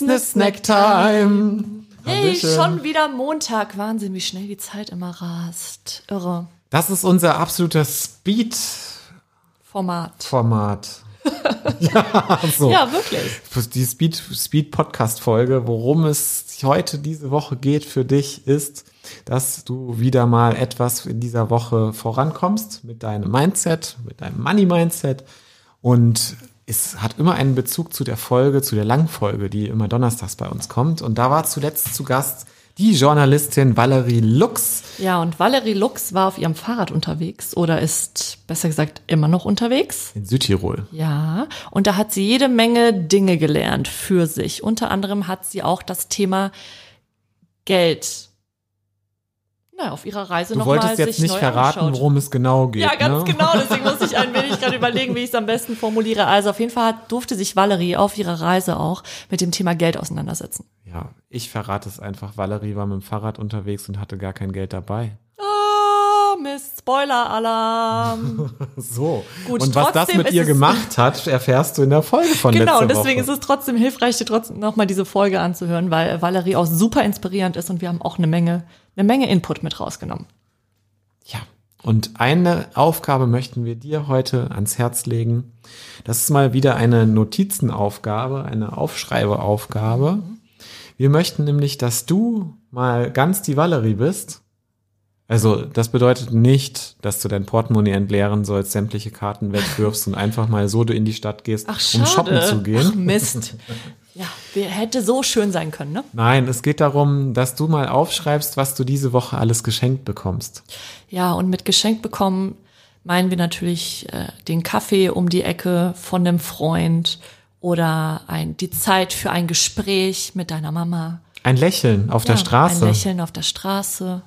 ne Snacktime. Hey, schon wieder Montag. Wahnsinn, wie schnell die Zeit immer rast. Irre. Das ist unser absoluter Speed-Format. Format. ja, so. Ja, wirklich. Die Speed, Speed Podcast Folge, worum es heute diese Woche geht für dich, ist, dass du wieder mal etwas in dieser Woche vorankommst mit deinem Mindset, mit deinem Money Mindset und es hat immer einen Bezug zu der Folge, zu der langen Folge, die immer donnerstags bei uns kommt. Und da war zuletzt zu Gast die Journalistin Valerie Lux. Ja, und Valerie Lux war auf ihrem Fahrrad unterwegs oder ist besser gesagt immer noch unterwegs. In Südtirol. Ja, und da hat sie jede Menge Dinge gelernt für sich. Unter anderem hat sie auch das Thema Geld. Na, auf ihrer Reise Du nochmal wolltest jetzt sich nicht neu verraten, angeschaut. worum es genau geht. Ja, ganz ne? genau. Deswegen muss ich ein wenig gerade überlegen, wie ich es am besten formuliere. Also auf jeden Fall hat, durfte sich Valerie auf ihrer Reise auch mit dem Thema Geld auseinandersetzen. Ja, ich verrate es einfach. Valerie war mit dem Fahrrad unterwegs und hatte gar kein Geld dabei. Oh, Mist, Spoiler-Alarm. So. Gut, und was das trotzdem mit ist ihr es- gemacht hat, erfährst du in der Folge von genau, letzter deswegen ist Woche. es trotzdem hilfreich, dir trotzdem nochmal diese Folge anzuhören, weil Valerie auch super inspirierend ist und wir haben auch eine Menge, eine Menge Input mit rausgenommen. Ja. Und eine Aufgabe möchten wir dir heute ans Herz legen. Das ist mal wieder eine Notizenaufgabe, eine Aufschreibeaufgabe. Wir möchten nämlich, dass du mal ganz die Valerie bist. Also, das bedeutet nicht, dass du dein Portemonnaie entleeren sollst, sämtliche Karten wegwirfst und einfach mal so in die Stadt gehst, Ach, schade. um shoppen zu gehen. Ach, Mist. Ja, wir hätte so schön sein können, ne? Nein, es geht darum, dass du mal aufschreibst, was du diese Woche alles geschenkt bekommst. Ja, und mit Geschenk bekommen meinen wir natürlich äh, den Kaffee um die Ecke von einem Freund oder ein, die Zeit für ein Gespräch mit deiner Mama. Ein Lächeln auf der Ja, Straße. Ein Lächeln auf der Straße.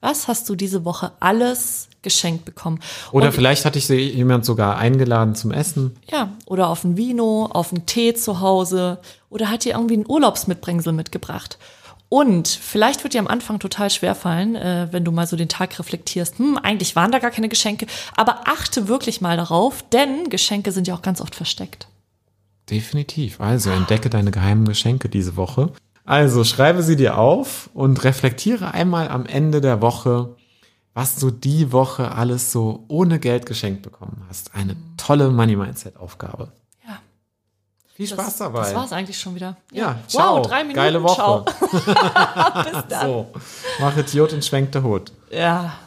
Was hast du diese Woche alles geschenkt bekommen? Oder Und- vielleicht hatte ich sie- jemand sogar eingeladen zum Essen. Ja, oder auf ein Vino, auf einen Tee zu Hause oder hat dir irgendwie ein Urlaubsmitbringsel mitgebracht. Und vielleicht wird dir am Anfang total schwerfallen, äh, wenn du mal so den Tag reflektierst, hm, eigentlich waren da gar keine Geschenke, aber achte wirklich mal darauf, denn Geschenke sind ja auch ganz oft versteckt. Definitiv. Also entdecke deine geheimen Geschenke diese Woche. Also schreibe sie dir auf und reflektiere einmal am Ende der Woche, was du die Woche alles so ohne Geld geschenkt bekommen hast. Eine tolle Money Mindset Aufgabe. Mhm. Ja. Viel Spaß das, dabei. Das war's eigentlich schon wieder. Ja, ciao. Wow, drei Minuten. Geile Woche. Ciao. Bis dann. So, mache Idiot und schwenk der Hut. Ja.